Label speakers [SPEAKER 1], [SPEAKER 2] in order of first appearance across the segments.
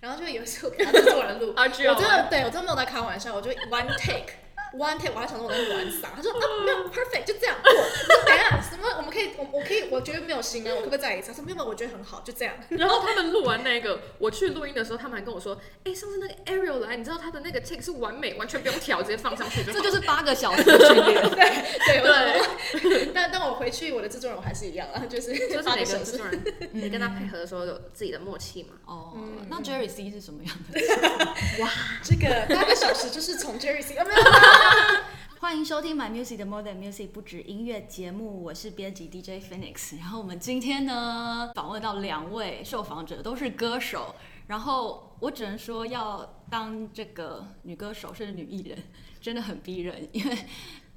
[SPEAKER 1] 然后就有一次我给他制作人录
[SPEAKER 2] ，啊，只有
[SPEAKER 1] 我真的对我真的没有在开玩笑，我就 one take。one take，我还想说我在玩傻，他说啊没 有 perfect 就这样过，我说等一下什么我们可以我我可以我觉得没有心安，我可不可以再一次？他说没有没有，我觉得很好，就这样。
[SPEAKER 2] 然后他们录完那个，我去录音的时候，他们还跟我说：“哎、上次那个 Ariel 来，你知道他的那个 take 是完美，完全不用调，直接放 上去就好。”
[SPEAKER 3] 这就是八个小时的训 练。
[SPEAKER 1] 对，我对 但但我回去我的制作人我还是一样啊，就是
[SPEAKER 2] 就是
[SPEAKER 1] 八
[SPEAKER 2] 每
[SPEAKER 1] 个小
[SPEAKER 2] 个制
[SPEAKER 1] 时。
[SPEAKER 2] 作人，你跟他配合的时候有自己的默契嘛？
[SPEAKER 3] 哦
[SPEAKER 1] 嗯，
[SPEAKER 3] 那 Jerry C 是什么样的？
[SPEAKER 1] 这个八个小时就是从 Jerry C 啊 没有
[SPEAKER 3] 欢迎收听 My Music 的 More Than Music 不止音乐节目，我是编辑 DJ Phoenix。然后我们今天呢，访问到两位受访者都是歌手，然后我只能说要当这个女歌手甚至女艺人，真的很逼人，因为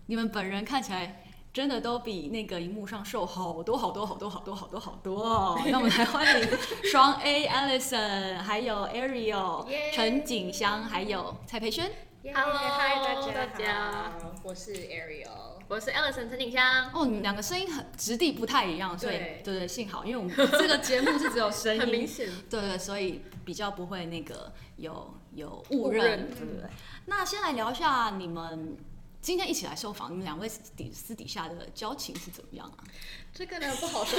[SPEAKER 3] 你们本人看起来。真的都比那个荧幕上瘦好多好多好多好多好多好多哦！那我们来欢迎双 A Alison，还有 Ariel、
[SPEAKER 1] 耶
[SPEAKER 3] 陈景香，还有蔡培轩。
[SPEAKER 2] Hello，
[SPEAKER 1] 嗨
[SPEAKER 2] 大
[SPEAKER 1] 嗯大
[SPEAKER 2] 家
[SPEAKER 1] 家好，我是 Ariel。
[SPEAKER 2] 我是 Alison 陈景香，
[SPEAKER 3] 哦，你们两个声音很质地不太一样，所以
[SPEAKER 1] 对
[SPEAKER 3] 对对，幸好，因为我们这个节目是只有声音，
[SPEAKER 2] 很明显。
[SPEAKER 3] 对对，所以比较不会那个有有误
[SPEAKER 2] 误认
[SPEAKER 3] 认，对对对。那先来聊一下你们今天一起来受访，你们两位私底私底下的交情是怎么样啊？
[SPEAKER 1] 这个呢不好 说，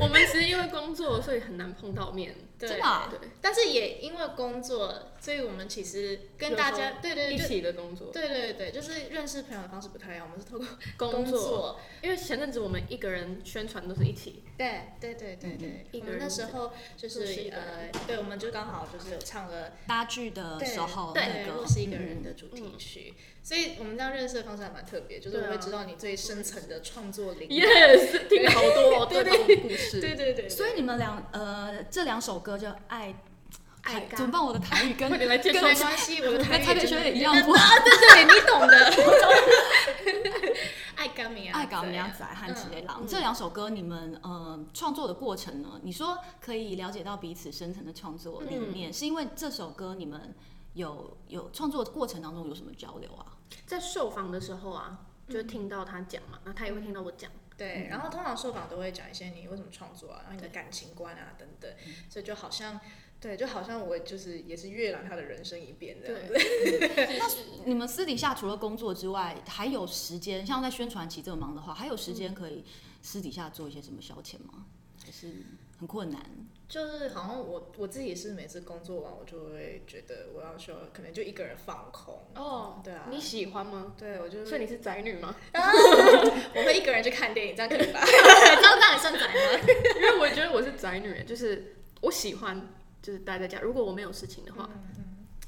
[SPEAKER 2] 我们其实因为工作，所以很难碰到面。
[SPEAKER 1] 对
[SPEAKER 3] 真的啊
[SPEAKER 2] 对，
[SPEAKER 1] 但是也因为工作，所以我们其实跟大
[SPEAKER 2] 有时
[SPEAKER 1] 家对对
[SPEAKER 2] 一
[SPEAKER 1] 对就
[SPEAKER 2] 起的工作，
[SPEAKER 1] 对对对，就是认识朋友的方式不太一样，我们是透过
[SPEAKER 2] 工作。
[SPEAKER 1] 作，
[SPEAKER 2] 因为前阵子我们一个人宣传都是一起，
[SPEAKER 1] 对对对对对，
[SPEAKER 2] 嗯
[SPEAKER 1] 我们那时候就
[SPEAKER 2] 认识一
[SPEAKER 1] 是
[SPEAKER 2] 个
[SPEAKER 1] 呃，对，我们就刚好就是有唱了
[SPEAKER 3] 搭剧的时候
[SPEAKER 1] 对
[SPEAKER 3] 呃那
[SPEAKER 1] 对
[SPEAKER 3] 个
[SPEAKER 1] 我是一个人的主题
[SPEAKER 2] 嗯
[SPEAKER 1] 曲，所以我们这样认识的方式还蛮特别，就是我
[SPEAKER 2] 对啊
[SPEAKER 1] 会知道你最深层的创作灵感。
[SPEAKER 2] yes，听了好多哦
[SPEAKER 1] 对
[SPEAKER 2] 对方的故事，
[SPEAKER 1] 对对对，
[SPEAKER 3] 所以你们两呃这两首歌就爱
[SPEAKER 2] 爱
[SPEAKER 3] 怎么办？我的台语跟
[SPEAKER 2] 快点来介
[SPEAKER 1] 没
[SPEAKER 2] 绍
[SPEAKER 3] 跟
[SPEAKER 2] 一下
[SPEAKER 1] 关系，我的台
[SPEAKER 3] 跟
[SPEAKER 1] 语
[SPEAKER 3] 蔡培
[SPEAKER 1] 真
[SPEAKER 3] 轩
[SPEAKER 1] 的
[SPEAKER 3] 也一样不好，
[SPEAKER 1] 对，你懂的。 爱干米啊，
[SPEAKER 3] 爱搞娘仔和之类狼、这两首歌，你们呃创作的过程呢？你说可以了解到彼此深层的创作理念，是因为这首歌你们有有创作过程当中有什么交流啊？
[SPEAKER 2] 在受访的时候啊，就听到他讲嘛，那他也会听到我讲。
[SPEAKER 1] 对，然后通常受访都会讲一些你为什么创作啊，然后你的感情观啊等等，所以就好像，对，就好像我就是也是阅览他的人生一
[SPEAKER 2] 嗯
[SPEAKER 1] 遍这样子。
[SPEAKER 3] 你们私底下除了工作之外，还有时间，像在宣传期这么忙的话，还有时间可以私底下做一些什么消遣吗？还是很困难？
[SPEAKER 1] 就是好像我我自己是每次工作完，我就会觉得我要说，可能就一个人放空。
[SPEAKER 2] 哦
[SPEAKER 1] 对啊
[SPEAKER 2] 你喜欢吗？
[SPEAKER 1] 对，我就
[SPEAKER 2] 所以你是宅女吗？
[SPEAKER 1] 我会一个人去看电影，这样可以吧？
[SPEAKER 3] 这样到底算宅吗？
[SPEAKER 2] 因为我觉得我是宅女，就是我喜欢就是待在家，如果我没有事情的话，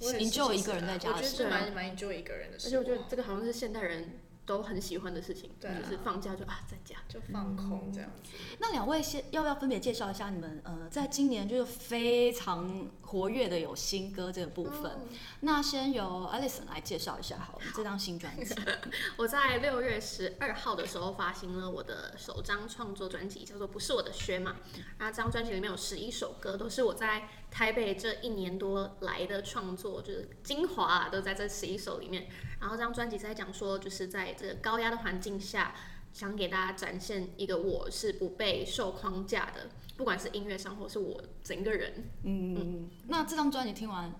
[SPEAKER 1] 我也是
[SPEAKER 3] Enjoy
[SPEAKER 1] 其实
[SPEAKER 3] 一个人在家
[SPEAKER 1] 我觉
[SPEAKER 3] 的
[SPEAKER 1] 得
[SPEAKER 3] 时
[SPEAKER 1] 是
[SPEAKER 2] 候
[SPEAKER 1] 蛮蛮 enjoy 一个人的
[SPEAKER 2] 而
[SPEAKER 1] 时
[SPEAKER 2] 且
[SPEAKER 1] 候，
[SPEAKER 2] 我觉得这个好像是现代人都很喜欢的事情，
[SPEAKER 1] 对啊
[SPEAKER 2] 就是放假就啊在家。
[SPEAKER 1] 就放空这样子。
[SPEAKER 3] 那两位先要不要分别介绍一下你们呃，在今年就是非常活跃的有新歌这个部分？
[SPEAKER 1] 嗯
[SPEAKER 3] 那先由 Alison 来介绍一下好了，这张新专辑。
[SPEAKER 2] 我在六月十二号的时候发行了我的首张创作专辑，叫做《不是我的靴》嘛。那这张专辑里面有十一首歌，都是我在台北这一年多来的创作，就是精华啊，都在这十一首里面。然后这张专辑在讲说，就是在这个高压的环境下，想给大家展现一个我是不被受框架的，不管是音乐上或是我整个人。
[SPEAKER 3] 嗯，那这张专辑 听完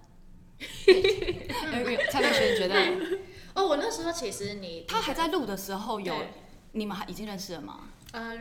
[SPEAKER 3] ，Ariel 蔡佩轩 觉得
[SPEAKER 1] 哦，我那时候其实你
[SPEAKER 3] 他还在录的时候有
[SPEAKER 1] 对
[SPEAKER 3] 你们还已经认识了吗？
[SPEAKER 1] 呃，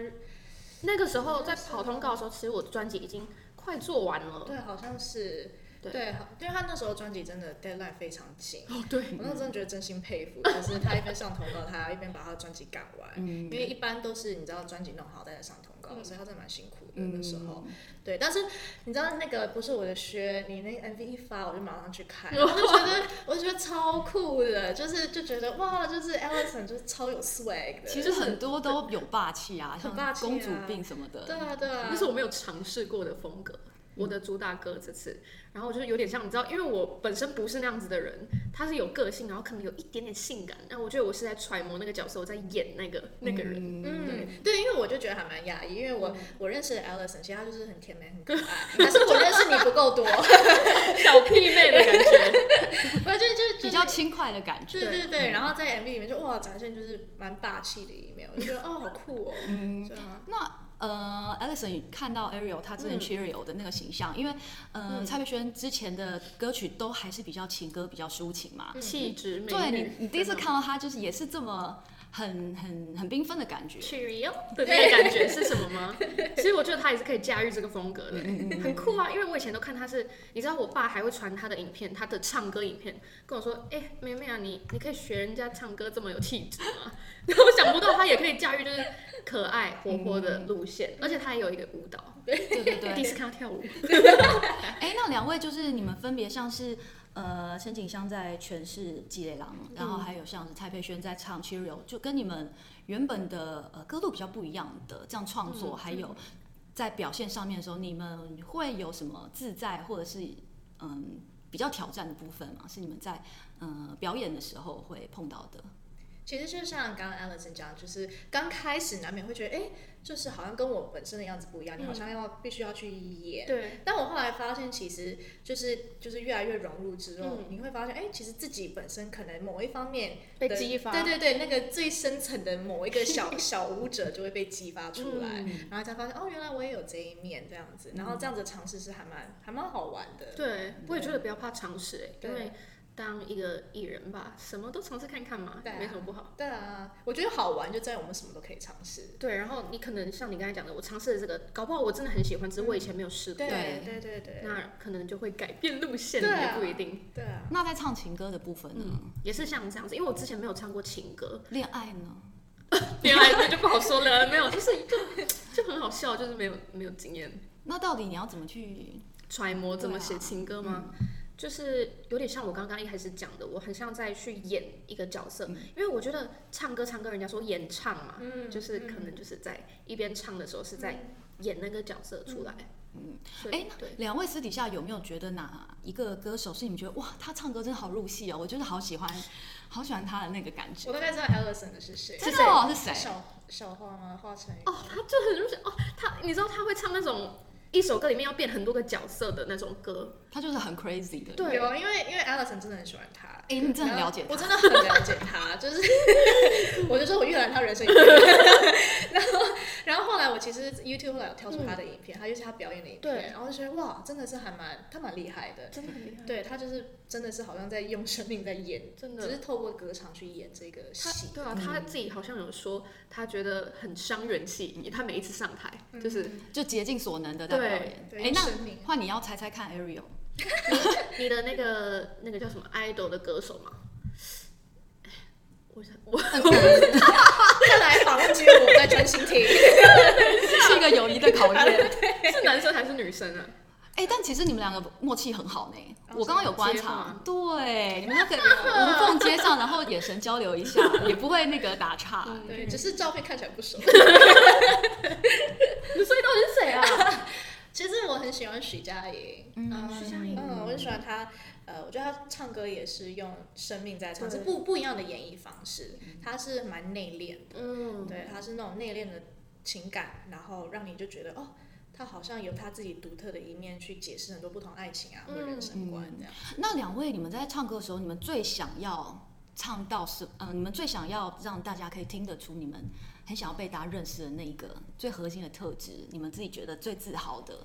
[SPEAKER 2] 那个时候在跑通告的时候，其实我专辑已经快做完了。
[SPEAKER 1] 对，好像是
[SPEAKER 2] 对
[SPEAKER 1] 对，好因为他那时候专辑真的 deadline 非常紧，
[SPEAKER 2] 哦，对，
[SPEAKER 1] 我那时候真的觉得真心佩 服，就是他一边上通告，他还要一边把他的专辑赶完。因
[SPEAKER 3] 嗯，
[SPEAKER 1] 为一般都是你知道专辑弄好再来上通告，
[SPEAKER 2] 嗯
[SPEAKER 1] 所以他真的蛮辛苦的那时候。对，但是你知道那个不是我的靴，你那个 MV 一发我就马上去 看，我就觉得我就觉得超酷的，就是就觉得哇，就是 Alison 就是超有 swag 的。
[SPEAKER 3] 其实很多都有霸气啊，
[SPEAKER 1] 很
[SPEAKER 3] 像
[SPEAKER 1] 霸气啊
[SPEAKER 3] 公主病什么
[SPEAKER 1] 对
[SPEAKER 3] 的。
[SPEAKER 1] 啊对啊，
[SPEAKER 2] 那是我没有尝试过的风格。我的主打歌这次，然后我就是有点像你知道，因为我本身不是那样子的人，他是有个性，然后可能有一点点性感，然后我觉得我是在揣摩那个角色，我在演那个那个人。
[SPEAKER 3] 人
[SPEAKER 1] 嗯，对，因为我就觉得还蛮讶异，因为我、我认识的 Alison，其实她就是很甜美、很可 爱，但是我认识 你不够多，我
[SPEAKER 2] 小屁妹的感觉。
[SPEAKER 1] 就就
[SPEAKER 3] 比较轻快的感
[SPEAKER 1] 对
[SPEAKER 3] 觉。
[SPEAKER 1] 对对，然后 在 MV 里面就哇展现就是蛮霸气的一面，我就觉得哦好酷哦，
[SPEAKER 3] 嗯，
[SPEAKER 1] 对啊，
[SPEAKER 3] 那呃，Alison 看到 Ariel 他之前 Cheerio 的那个形象，因为呃，
[SPEAKER 1] 嗯
[SPEAKER 3] 蔡佩轩之前的歌曲都还是比较情歌、比较抒情嘛。
[SPEAKER 2] 气质美
[SPEAKER 3] 对
[SPEAKER 2] 女
[SPEAKER 3] 你，你第一次
[SPEAKER 2] 真的
[SPEAKER 3] 看到他就是也是这么很很很缤纷的感觉。
[SPEAKER 2] Cheerio 的那个感觉是什么 吗？其实我觉得他也是可以驾驭这个风格的，很酷啊！因为我以前都看他是，你知道我爸还会传他的影片，他的唱歌影片，跟我说：“哎、妹妹啊，你你可以学人家唱歌这么有气质吗？” 然后我想不到他也可以驾驭就是可爱活泼的路线，而且他也有一个舞蹈，
[SPEAKER 3] 对对
[SPEAKER 2] 第一
[SPEAKER 3] 对。
[SPEAKER 2] 次看他跳舞，
[SPEAKER 3] 哎，那两位就是你们分别像是呃，陈景香在诠释《积累郎》，然后还有像是蔡佩轩在唱《Cheerio》，就跟你们原本的呃歌路比较不一样的这样创作，还有在表现上面的时候，你们会有什么自在或者是嗯比较挑战的部分吗？是你们在嗯、呃表演的时候会碰到的？
[SPEAKER 1] 其实就像刚刚 Alison 讲，就是刚开始难免会觉得，哎，就是好像跟我本身的样子不一样，你好像要必须要去演。
[SPEAKER 2] 对，
[SPEAKER 1] 但我后来发现，其实就是就是越来越融入之后，
[SPEAKER 2] 嗯
[SPEAKER 1] 你会发现，哎、其实自己本身可能某一方面
[SPEAKER 2] 被
[SPEAKER 1] 的
[SPEAKER 2] 激发
[SPEAKER 1] 对对对，那个最深层的某一个小小舞者就会被激发
[SPEAKER 2] 嗯
[SPEAKER 1] 出来，然后才发现，哦，原来我也有这一面这样子，然后这样子尝试是还蛮还蛮好玩的。
[SPEAKER 2] 对，我也觉得不要怕尝试、哎，
[SPEAKER 1] 对
[SPEAKER 2] 因为当一个艺人吧，什么都尝试看看嘛，
[SPEAKER 1] 对啊
[SPEAKER 2] 没什么不好。
[SPEAKER 1] 对啊，我觉得好玩就在于我们什么都可以尝试。
[SPEAKER 2] 对，然后你可能像你刚才讲的，我尝试的这个，搞不好我真的很喜欢，只是我以前没有试过，
[SPEAKER 1] 对对对嗯对，
[SPEAKER 2] 那可能就会改变路线，
[SPEAKER 1] 对啊
[SPEAKER 2] 也不一定。
[SPEAKER 1] 对啊。
[SPEAKER 3] 那在唱情歌的部分呢？
[SPEAKER 2] 也是像这样子，因为我之前没有唱过 情歌，
[SPEAKER 3] 恋爱呢？
[SPEAKER 2] 恋爱这就不好说了，没有，就是就就很好笑，就是没有没有经验
[SPEAKER 3] 那到底你要怎么去？
[SPEAKER 2] 揣摩怎么
[SPEAKER 3] 对啊
[SPEAKER 2] 写情歌吗？
[SPEAKER 1] 嗯
[SPEAKER 2] 就是有点像我刚刚一开始讲的，我很像在去演一个角色，因为我觉得唱歌唱歌，人家说演唱嘛，
[SPEAKER 1] 嗯
[SPEAKER 2] 就是可能就是在一边唱的时候是在演那个角色出来，嗯，所以
[SPEAKER 3] 哎
[SPEAKER 2] 对。
[SPEAKER 3] 两位私底下有没有觉得哪一个歌手是你们觉得哇，他唱歌真的好入戏哦，我就是好喜欢，好喜欢他的那个感觉
[SPEAKER 1] 我。大概知道 Alison 的是谁，
[SPEAKER 3] 真的哦，是谁？
[SPEAKER 1] 小小花吗？华晨宇。
[SPEAKER 2] 哦，他就很入神哦，他你知道他会唱那种一首歌里面要变很多个角色的那种歌，
[SPEAKER 3] 他就是很 crazy 的。
[SPEAKER 2] 对
[SPEAKER 1] 有，因为因为 Alison 真的很喜欢他，
[SPEAKER 3] 哎、你真的很了解
[SPEAKER 1] 我
[SPEAKER 3] 他。
[SPEAKER 1] 真的很了解他，就是 我就说我阅览他人生影片，然后然后后来我其实 YouTube 后来有跳出他的影片，他就是他表演的影
[SPEAKER 2] 对
[SPEAKER 1] 片，然后就觉得哇，真的是还蛮他蛮厉害的，
[SPEAKER 2] 真的很厉害，
[SPEAKER 1] 对他就是真的是好像在用生命在演，
[SPEAKER 2] 真
[SPEAKER 1] 只
[SPEAKER 2] 的。
[SPEAKER 1] 是透过歌唱去演这个
[SPEAKER 2] 他
[SPEAKER 1] 戏，
[SPEAKER 2] 对啊，他自己好像有说，他觉得很伤人气，他每一次上台就是
[SPEAKER 3] 就竭尽所能的在表演。
[SPEAKER 1] 对
[SPEAKER 3] 哎、
[SPEAKER 1] 用生
[SPEAKER 3] 那
[SPEAKER 1] 命
[SPEAKER 3] 换你要猜猜看，Ariel，
[SPEAKER 2] 你的那个那个叫什么 idol 的歌手嘛。哎我想 我
[SPEAKER 1] 看来访问只有我在专心听，
[SPEAKER 3] 是一个友谊的考验。
[SPEAKER 2] 是男生还是女生啊？
[SPEAKER 3] 哎、但其实你们两个默契很好呢。
[SPEAKER 1] 哦
[SPEAKER 3] 我刚刚有观
[SPEAKER 2] 是吗
[SPEAKER 3] 察，对，你们 都可以无缝接上，然后眼神交流一下，也不会那个打岔。
[SPEAKER 2] 嗯哎
[SPEAKER 1] 对，只是照片看起来不熟。
[SPEAKER 2] 所以到底是谁啊？
[SPEAKER 1] 其实我很喜欢许佳莹，嗯，
[SPEAKER 2] 徐佳莹
[SPEAKER 1] 嗯，我很喜欢她，呃，我觉得她唱歌也是用生命在唱，
[SPEAKER 2] 对
[SPEAKER 1] 是不不一样的演绎方式，她是蛮内敛，
[SPEAKER 2] 嗯，
[SPEAKER 1] 对，她是那种内敛的情感，然后让你就觉得哦。她好像有她自己独特的一面，去解释很多不同爱情啊或人
[SPEAKER 2] 嗯
[SPEAKER 1] 生观这样。
[SPEAKER 3] 那两位，你们在唱歌的时候，你们最想要唱到什？嗯、你们最想要让大家可以听得出你们很想要被大家认识的那一个最核心的特质，你们自己觉得最自豪的，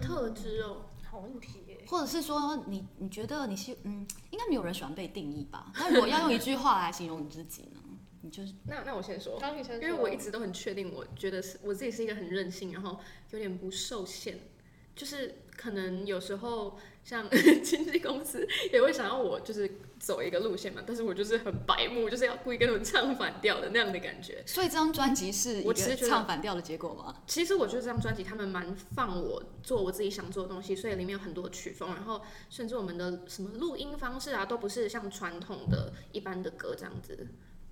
[SPEAKER 2] 特质哦，
[SPEAKER 1] 好问题耶，
[SPEAKER 3] 或者是说你你觉得你是嗯，应该没有人喜欢被定义吧？那如果要用一句话来形容你自己呢？你就是
[SPEAKER 2] 那那我先说，
[SPEAKER 1] 刚你先
[SPEAKER 2] 因
[SPEAKER 1] 说
[SPEAKER 2] 为我一直都很确定，我觉得是我自己是一个很任性，然后有点不受限，就是可能有时候像 经纪公司也会想要我就是走一个路线嘛，但是我就是很白目，就是要故意跟他们唱反调的那样的感觉。
[SPEAKER 3] 所以这张专辑是一
[SPEAKER 2] 我其实
[SPEAKER 3] 个
[SPEAKER 2] 觉得
[SPEAKER 3] 唱反调的结果吗？
[SPEAKER 2] 其实我觉得这张专辑他们蛮放我做我自己想做的东西，所以里面有很多曲风，然后甚至我们的什么录音方式啊，都不是像传统的一般的歌这样子。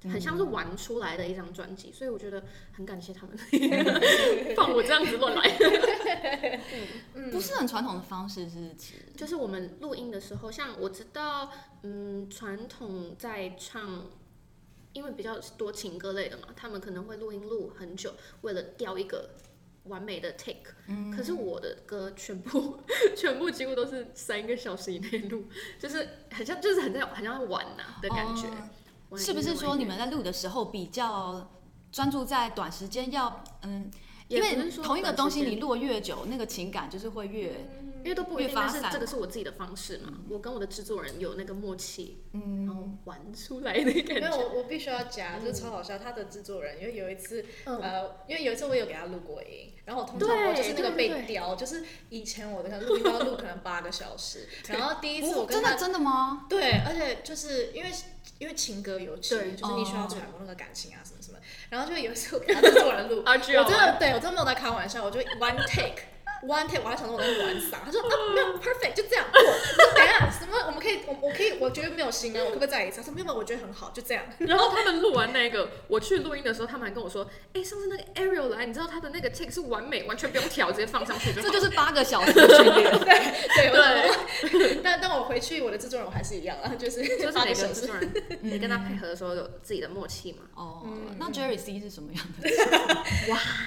[SPEAKER 2] 很像是玩出来的一张专辑，所以我觉得很感谢他们 放我这样子乱来。嗯
[SPEAKER 3] 不是很传统的方式是指
[SPEAKER 2] 就是我们录音的时候，像我知道，嗯，传统在唱，因为比较多情歌类的嘛，他们可能会录音录很久，为了调一个完美的 take。可
[SPEAKER 3] 嗯
[SPEAKER 2] 是我的歌全部 全部几乎都是三个小时以内录，就是很像就是很像很像在玩呐、的感觉。
[SPEAKER 3] 哦
[SPEAKER 2] 玩音乐
[SPEAKER 3] 是不是
[SPEAKER 2] 玩
[SPEAKER 3] 说
[SPEAKER 2] 音乐
[SPEAKER 3] 你们在录的时候比较专注在短时间要嗯？
[SPEAKER 2] 也
[SPEAKER 3] 因
[SPEAKER 2] 不是
[SPEAKER 3] 为
[SPEAKER 2] 说
[SPEAKER 3] 同一个
[SPEAKER 2] 短
[SPEAKER 3] 东
[SPEAKER 2] 时
[SPEAKER 3] 西
[SPEAKER 2] 间
[SPEAKER 3] 你录得越久，那个情感就是会越
[SPEAKER 2] 因为都不一
[SPEAKER 3] 越
[SPEAKER 2] 定，
[SPEAKER 3] 发
[SPEAKER 2] 但是
[SPEAKER 3] 散
[SPEAKER 2] 这个
[SPEAKER 3] 嘛
[SPEAKER 2] 是我自己的方式嘛。我跟我的制作人有那个默契，然
[SPEAKER 3] 嗯
[SPEAKER 2] 后玩出来的
[SPEAKER 1] 没
[SPEAKER 2] 感
[SPEAKER 1] 有，
[SPEAKER 2] 觉。
[SPEAKER 1] 我我必须要讲，就是超好笑。他的制作人，因为有一次，
[SPEAKER 2] 嗯
[SPEAKER 1] 呃，因为有一次我有给他录过音，然后我通常
[SPEAKER 2] 对
[SPEAKER 1] 我就是那个被
[SPEAKER 2] 对对对
[SPEAKER 1] 雕，就是以前我的可能录音都要录可能八个小 时，然后第一
[SPEAKER 2] 哦
[SPEAKER 1] 次我
[SPEAKER 3] 真
[SPEAKER 1] 跟他
[SPEAKER 3] 的真的吗？
[SPEAKER 1] 对，而且就是因为因为情歌尤其，
[SPEAKER 2] 对，
[SPEAKER 1] 就是你需要
[SPEAKER 3] 哦
[SPEAKER 1] 揣摩那个感情啊什么什么，然后就有一次我跟他制作人录
[SPEAKER 2] 啊，只有
[SPEAKER 1] 我真的对我真的没有在开玩笑，我就 one take。One take，我还想说我在玩嗓，他说啊没有 perfect，就这样过。我说等一下什么？我们可以，我我可以，我觉得没有行啊，我可不可以再一次？他说没有，没有我觉得很好，就这样。
[SPEAKER 2] 然后他们录完那个，我去录音的时候，他们还跟我说：“哎、上次那个 Ariel 来，你知道他的那个 take 是完美，完全不用调，直接放上去就好。”
[SPEAKER 3] 这就是八个小时的训练。
[SPEAKER 1] 对我 但但我回去我的制作人我还是一样啊，就是
[SPEAKER 2] 就是
[SPEAKER 1] 八
[SPEAKER 2] 每
[SPEAKER 1] 个
[SPEAKER 2] 个
[SPEAKER 1] 小
[SPEAKER 2] 人制
[SPEAKER 1] 时。
[SPEAKER 2] 作人，你跟他配合的时候有自己的默契嘛。
[SPEAKER 3] 哦
[SPEAKER 1] 嗯，
[SPEAKER 3] 那 Jerry C 是什么样的？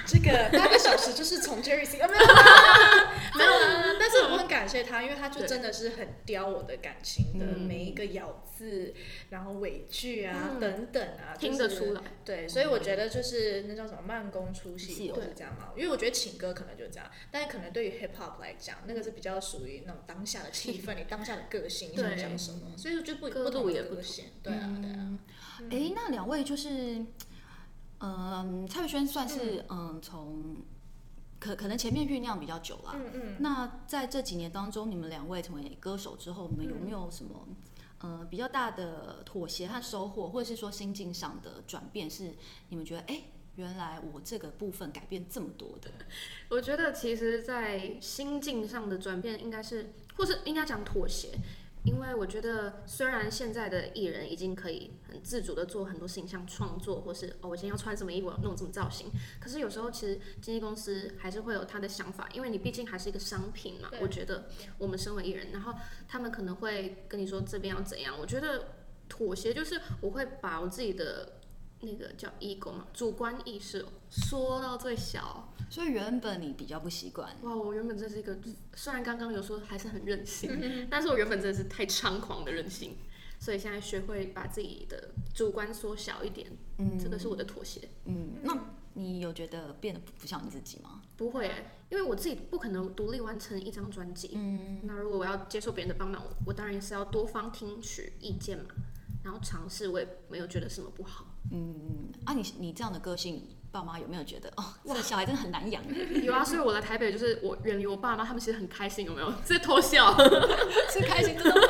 [SPEAKER 1] 这个八个小时就是从 Jerry C 啊没有 啦没有啦，但是我很感谢他，因为他就
[SPEAKER 2] 对
[SPEAKER 1] 真的是很雕我的感情的
[SPEAKER 3] 嗯
[SPEAKER 1] 每一个咬字，然后尾句啊
[SPEAKER 2] 嗯
[SPEAKER 1] 等等啊，
[SPEAKER 2] 听得
[SPEAKER 1] 就是
[SPEAKER 2] 出来，
[SPEAKER 1] 对，所以我觉得就是那叫什么慢工出
[SPEAKER 3] 细
[SPEAKER 1] 细
[SPEAKER 3] 哦
[SPEAKER 1] 活
[SPEAKER 2] 嗯
[SPEAKER 1] 是这样嘛，因为我觉得情歌可能就这样，但是可能对于 hip hop 来讲，那个是比较属于那种当下的气氛，你当下的个性你想
[SPEAKER 2] 对
[SPEAKER 1] 讲什么，所以就不
[SPEAKER 2] 歌
[SPEAKER 1] 不同
[SPEAKER 2] 路
[SPEAKER 1] 的
[SPEAKER 2] 也不
[SPEAKER 1] 个
[SPEAKER 2] 同
[SPEAKER 1] 性，对啊对啊，
[SPEAKER 3] 哎，那两位就是，嗯，蔡宇轩算是嗯从可可能前面酝酿比较久啦。
[SPEAKER 1] 嗯嗯。
[SPEAKER 3] 那在这几年当中，你们两位成为歌手之后，你们有没有什么呃比较大的妥协和收获，或者是说心境上的转变，是你们觉得哎？诶原来我这个部分改变这么多的，
[SPEAKER 2] 我觉得其实，在心境上的转变，应该是，或是应该讲妥协，因为我觉得虽然现在的艺人已经可以很自主的做很多形象创作，或是哦，我今天要穿什么衣服，我要弄什么造型，可是有时候其实经纪公司还是会有他的想法，因为你毕竟还是一个商品嘛
[SPEAKER 1] 对。
[SPEAKER 2] 我觉得我们身为艺人，然后他们可能会跟你说这边要怎样，我觉得妥协就是我会把我自己的。那个叫 ego 嘛，主观意识缩到最小，
[SPEAKER 3] 所以原本你比较不习惯，
[SPEAKER 2] 哇，我原本真是一个，虽然刚刚有说还是很任
[SPEAKER 3] 嗯
[SPEAKER 2] 性， 但是我原本真的是太猖狂的任性，所以现在学会把自己的主观缩小一点，
[SPEAKER 3] 嗯，
[SPEAKER 2] 这个是我的妥协。
[SPEAKER 3] 嗯，那你有觉得变得不不像你自己吗？
[SPEAKER 2] 不会欸、因为我自己不可能独立完成一张专辑，
[SPEAKER 3] 嗯，
[SPEAKER 2] 那如果我要接受别人的帮忙，我我当然也是要多方听取意见嘛，然后尝试，我也没有觉得什么不好。
[SPEAKER 3] 啊你，你这样的个性，爸妈有没有觉得哦，这个小孩真的很难养？
[SPEAKER 2] 有啊，所以我来台北就是我远离我爸妈，他们其实很开心，有没有？ 这偷笑，
[SPEAKER 3] 是开心真的吗？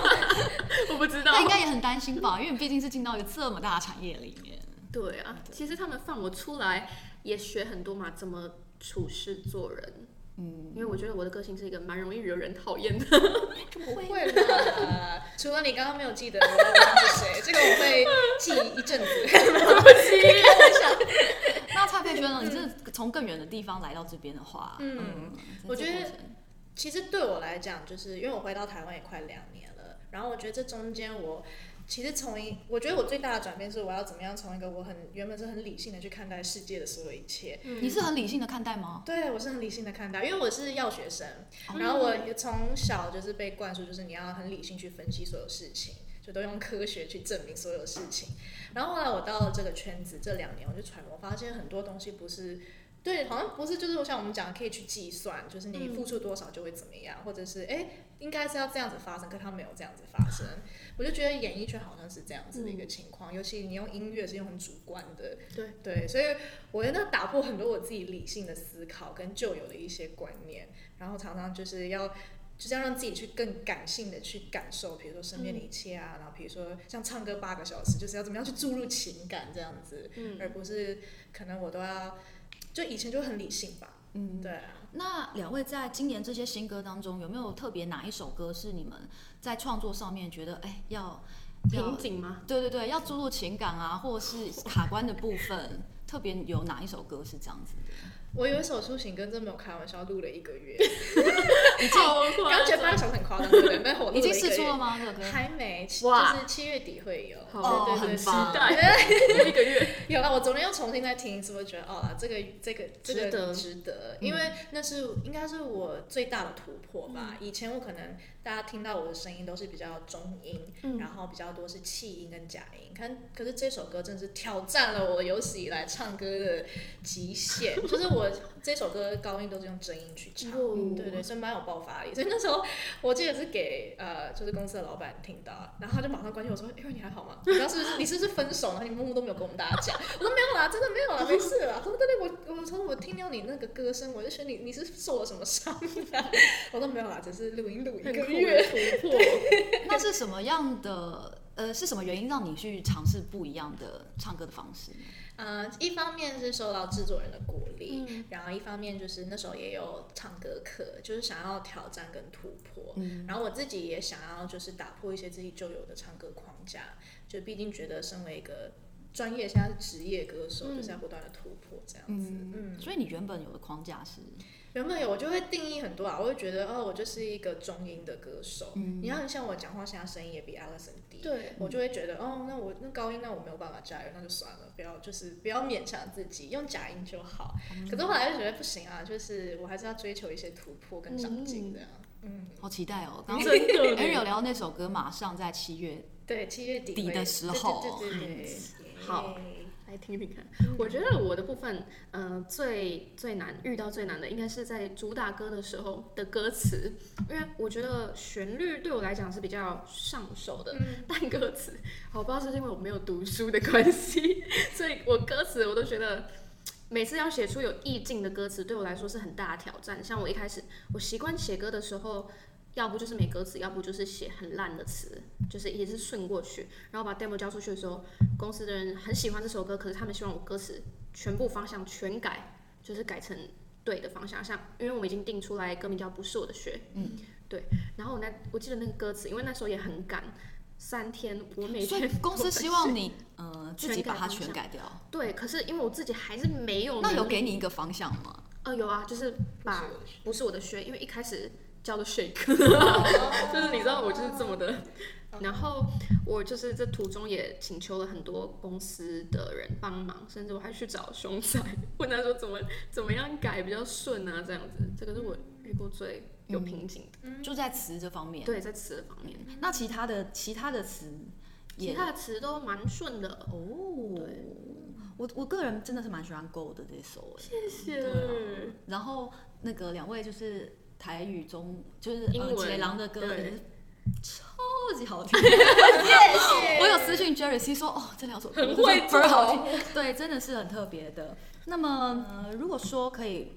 [SPEAKER 2] 我不知道
[SPEAKER 3] 那。应该也很担心吧，因为你毕竟是进到一个这么大的产业里面。
[SPEAKER 2] 对啊，其实他们放我出来也学很多嘛，怎么处事做人。嗯，因为我觉得我的个性是一个蛮容易惹人讨厌的。
[SPEAKER 1] 不 会啦，除了你刚刚没有记得我忘记谁，这个我会记一阵子。
[SPEAKER 3] 那蔡佩轩呢？你是从更远的地方来到这边的话，
[SPEAKER 1] 嗯
[SPEAKER 3] 嗯，在
[SPEAKER 1] 我
[SPEAKER 3] 这
[SPEAKER 1] 觉得
[SPEAKER 3] 过程
[SPEAKER 1] 其实对我来讲，就是因为我回到台湾也快两年了，然后我觉得这中间我其实从一，我觉得我最大的转变是我要怎么样从一个我很原本是很理性的去看待世界的所有一切，
[SPEAKER 3] 你是很理性的看待吗？
[SPEAKER 1] 对我是很理性的看待，因为我是药学生，然后我也从小就是被灌输，就是你要很理性去分析所有事情，就都用科学去证明所有事情。然后后来我到了这个圈子这两年，我就揣摩发现很多东西不是。对，好像不是，就是像我们讲，可以去计算，就是你付出多少就会怎么样，或者是哎，应该是要这样子发生，可它没有这样子发生。我就觉得演艺圈好像是这样子的一个情况，尤其你用音乐是用很主观的，
[SPEAKER 2] 嗯对
[SPEAKER 1] 对，所以我觉得打破很多我自己理性的思考跟旧有的一些观念，然后常常就是要就是要让自己去更感性的去感受，比如说身边的
[SPEAKER 2] 嗯
[SPEAKER 1] 一切啊，然后比如说像唱歌八个小时，就是要怎么样去注入情感这样子，
[SPEAKER 2] 嗯
[SPEAKER 1] 而不是可能我都要就以前就很理性吧，
[SPEAKER 3] 嗯，
[SPEAKER 1] 对啊，
[SPEAKER 3] 那两位在今年这些新歌当中，有没有特别哪一首歌是你们在创作上面觉得哎要要
[SPEAKER 2] 瓶颈吗？
[SPEAKER 3] 对对对，要注入情感啊，或是卡关的部分，特别有哪一首歌是这样子的？
[SPEAKER 1] 我有一首抒情歌，真没有开玩笑，录了一个月，
[SPEAKER 2] 好快
[SPEAKER 1] 刚觉得八个小时很夸张，对不对？但我录
[SPEAKER 3] 啊已经
[SPEAKER 1] 一个
[SPEAKER 3] 试出
[SPEAKER 1] 月
[SPEAKER 3] 了吗？这首歌
[SPEAKER 1] 还没，其
[SPEAKER 2] 哇
[SPEAKER 1] 就是七月底会有。
[SPEAKER 2] 好
[SPEAKER 1] 对对对，
[SPEAKER 3] 哦很
[SPEAKER 1] 是
[SPEAKER 3] 棒
[SPEAKER 1] 的
[SPEAKER 2] 待一个月，
[SPEAKER 1] 有啊了，我昨天又重新再听一次，我觉得哦，这个这个这
[SPEAKER 2] 值得
[SPEAKER 1] 个值得，
[SPEAKER 3] 嗯
[SPEAKER 1] 因为那是应该是我最大的突破吧。
[SPEAKER 3] 嗯
[SPEAKER 1] 以前我可能大家听到我的声音都是比较中音，
[SPEAKER 2] 嗯
[SPEAKER 1] 然后比较多是气音跟假音，可可是这首歌真的是挑战了我有史以来唱歌的极限，就是我这首歌高音都是用真音去唱，
[SPEAKER 2] 哦
[SPEAKER 1] 对对，所以蛮有爆发力。所以那时候我记得是给呃，就是公司的老板听到，然后他就马上关心我说：“哎、呦，你还好吗？你当时是不是你是不是分手了？然后你默默都没有跟我们大家讲。”我说：“没有啦，真的没有啦，没事啦。”他说：“对对，我我从我听到你那个歌声，我就觉得你你是受了什么伤、啊？” 我说：“没有啦，只是录音录一
[SPEAKER 2] 很
[SPEAKER 1] 个
[SPEAKER 2] 酷欸
[SPEAKER 1] 月。
[SPEAKER 2] 的突破，
[SPEAKER 3] 那是什么样的？呃，是什么原因让你去尝试不一样的唱歌的方式呢？”
[SPEAKER 1] 呃，一方面是受到制作人的鼓励，
[SPEAKER 2] 嗯
[SPEAKER 1] 然后一方面就是那时候也有唱歌课，就是想要挑战跟突破。
[SPEAKER 3] 嗯
[SPEAKER 1] 然后我自己也想要就是打破一些自己旧有的唱歌框架，就毕竟觉得身为一个专业现在是职业歌手，
[SPEAKER 2] 嗯
[SPEAKER 1] 就是要不断的突破这样子。
[SPEAKER 3] 嗯，所以你原本有的框架是，
[SPEAKER 1] 原本有我就会定义很多啊，我会觉得哦，我就是一个中音的歌手。
[SPEAKER 3] 嗯
[SPEAKER 1] 你看像我讲话现在声音也比 Alison 低，
[SPEAKER 2] 对，
[SPEAKER 1] 我就会觉得哦，那我那高音那我没有办法加油，那就算了，不要就是不要勉强自己，用假音就好。
[SPEAKER 3] 嗯
[SPEAKER 1] 可是后来就觉得不行啊，就是我还是要追求一些突破跟长进这样。嗯，
[SPEAKER 3] 好期待哦！ 刚刚
[SPEAKER 2] 真的
[SPEAKER 3] 哎
[SPEAKER 2] 呢
[SPEAKER 3] 有聊那首歌，马上在七月，
[SPEAKER 1] 对，七月底
[SPEAKER 3] 底
[SPEAKER 1] 会
[SPEAKER 3] 的时候嗯
[SPEAKER 1] 对对对对对，嗯
[SPEAKER 2] 好
[SPEAKER 1] 耶
[SPEAKER 2] 来听听看。我觉得我的部分，呃，最最难遇到最难的，应该是在主打歌的时候的歌词，因为我觉得旋律对我来讲是比较上手的，
[SPEAKER 1] 嗯
[SPEAKER 2] 但歌词，我不知道是因为我没有读书的关系， 所以我歌词我都觉得。每次要写出有意境的歌词，对我来说是很大的挑战。像我一开始，我习惯写歌的时候，要不就是没歌词，要不就是写很烂的词，就是也是顺过去。然后把 demo 交出去的时候，公司的人很喜欢这首歌，可是他们希望我歌词全部方向全改，就是改成对的方向。像因为我们已经定出来歌名叫《不是我的学》，
[SPEAKER 3] 嗯，
[SPEAKER 2] 对。然后我那我记得那个歌词，因为那时候也很赶，三天我每
[SPEAKER 3] 所
[SPEAKER 2] 天
[SPEAKER 3] 以公司
[SPEAKER 2] 都在
[SPEAKER 3] 希望你呃自己
[SPEAKER 2] 全改
[SPEAKER 3] 把它
[SPEAKER 2] 方
[SPEAKER 3] 全
[SPEAKER 2] 向
[SPEAKER 3] 改掉。
[SPEAKER 2] 对，可是因为我自己还是没有
[SPEAKER 3] 那
[SPEAKER 2] 能
[SPEAKER 3] 有
[SPEAKER 2] 力
[SPEAKER 3] 给你一个方向吗？
[SPEAKER 2] 呃有啊，就是把
[SPEAKER 1] 不是
[SPEAKER 2] 不是我的学，因为一开始叫做 shake，就是 你知道我就是这么的。然后我就是这途中也请求了很多公司的人帮忙，甚至我还去找熊仔问他说怎么怎么样改比较顺啊，这样子，这个是我遇过最有
[SPEAKER 3] 嗯
[SPEAKER 2] 瓶颈的。
[SPEAKER 3] 就在词这方面。
[SPEAKER 2] 对，在词的方面，
[SPEAKER 3] 那其他的其他的词
[SPEAKER 2] 其
[SPEAKER 3] 嗯也
[SPEAKER 2] 他的词都蛮顺的。
[SPEAKER 3] 哦，我我个人真的是蛮喜欢 Gold 的这首哎。
[SPEAKER 2] 谢谢。
[SPEAKER 3] 对 然后那个两位就是台语中就是
[SPEAKER 2] 英
[SPEAKER 3] 呃
[SPEAKER 2] 文
[SPEAKER 3] 杰郎的歌
[SPEAKER 2] 对
[SPEAKER 3] 也是超级好听。我有私讯 Jerry C 说哦，这两首歌
[SPEAKER 2] 很会
[SPEAKER 3] 真的倍儿好
[SPEAKER 2] 走
[SPEAKER 3] 听，对，真的是很特别的。那么、呃如果说可以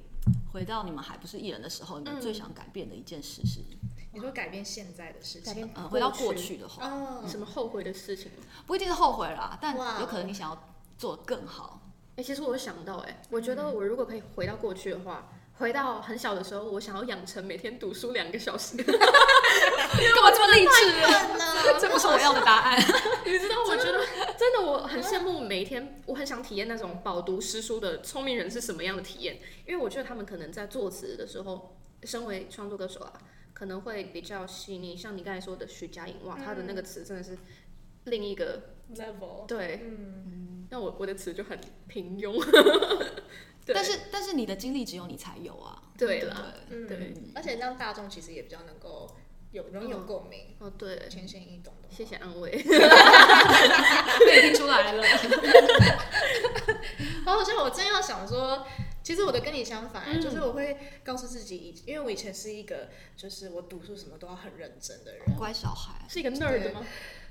[SPEAKER 3] 回到你们还不是艺人的时候，你们
[SPEAKER 2] 嗯
[SPEAKER 3] 最想改变的一件事是，
[SPEAKER 1] 你说改变现在的事情，
[SPEAKER 2] 改变
[SPEAKER 3] 呃，回到
[SPEAKER 2] 过
[SPEAKER 3] 过
[SPEAKER 2] 去
[SPEAKER 3] 去的话，
[SPEAKER 1] 哦，
[SPEAKER 2] 啊什么后悔的事情吗？
[SPEAKER 3] 不一定是后悔啦，但
[SPEAKER 1] 哇
[SPEAKER 3] 有可能你想要做得更好。
[SPEAKER 2] 哎、其实我有想到、哎，我觉得我如果可以回到过去的话，回到很小的时候，我想要养成每天读书两个小时。
[SPEAKER 3] 干嘛这么励志？
[SPEAKER 1] 笨呢？
[SPEAKER 3] 这不是我要的答案。
[SPEAKER 2] 你知道，我觉得真的我很羡慕每一天，我很想体验那种饱读诗书的聪明人是什么样的体验，因为我觉得他们可能在作词的时候，身为创作歌手啊，可能会比较细腻。像你刚才说的徐佳莹，哇，她的那个词真的是另一个
[SPEAKER 1] level，
[SPEAKER 2] 对。
[SPEAKER 1] 嗯，
[SPEAKER 2] 那我我的词就很平庸。 对
[SPEAKER 3] 但是但是你的经历只有你才有啊。
[SPEAKER 2] 对
[SPEAKER 3] 不
[SPEAKER 2] 啦，
[SPEAKER 1] 嗯
[SPEAKER 2] 对，
[SPEAKER 1] 而且让大众其实也比较能够有容易
[SPEAKER 3] 嗯
[SPEAKER 1] 有共鸣，
[SPEAKER 2] 哦对，
[SPEAKER 1] 浅显易懂的话。
[SPEAKER 2] 谢谢安慰。
[SPEAKER 3] 对， 被听出来了。
[SPEAKER 1] 然后像我真要想说，其实我的跟你相反、
[SPEAKER 2] 嗯
[SPEAKER 1] 就是我会告诉自己，以因为我以前是一个就是我读书什么都要很认真的人，
[SPEAKER 3] 乖小孩，
[SPEAKER 2] 是一个 nerd 吗？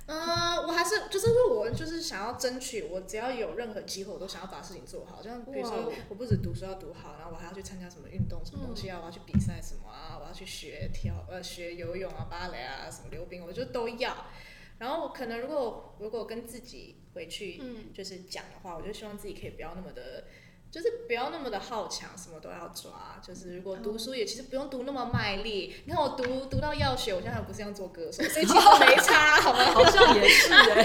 [SPEAKER 1] 呃，我还是就是因为我就是想要争取，我只要有任何机会，我都想要把事情做好。像比如
[SPEAKER 2] 哇哦
[SPEAKER 1] 说，我不止读书要读好，然后我还要去参加什么运动什么东西啊，我要去比赛什么啊，我要去学跳呃学游泳啊、芭蕾啊、什么溜冰，我就都要。然后我可能如果如果跟自己回去
[SPEAKER 2] 嗯
[SPEAKER 1] 就是讲的话，我就希望自己可以不要那么的。就是不要那么的好强，什么都要抓。就是如果读
[SPEAKER 2] 哦
[SPEAKER 1] 书也其实不用读那么卖力。你看我读读到药学，我现在还不是要做歌手，所 以其实没差，好吗？
[SPEAKER 3] 好像也是哎。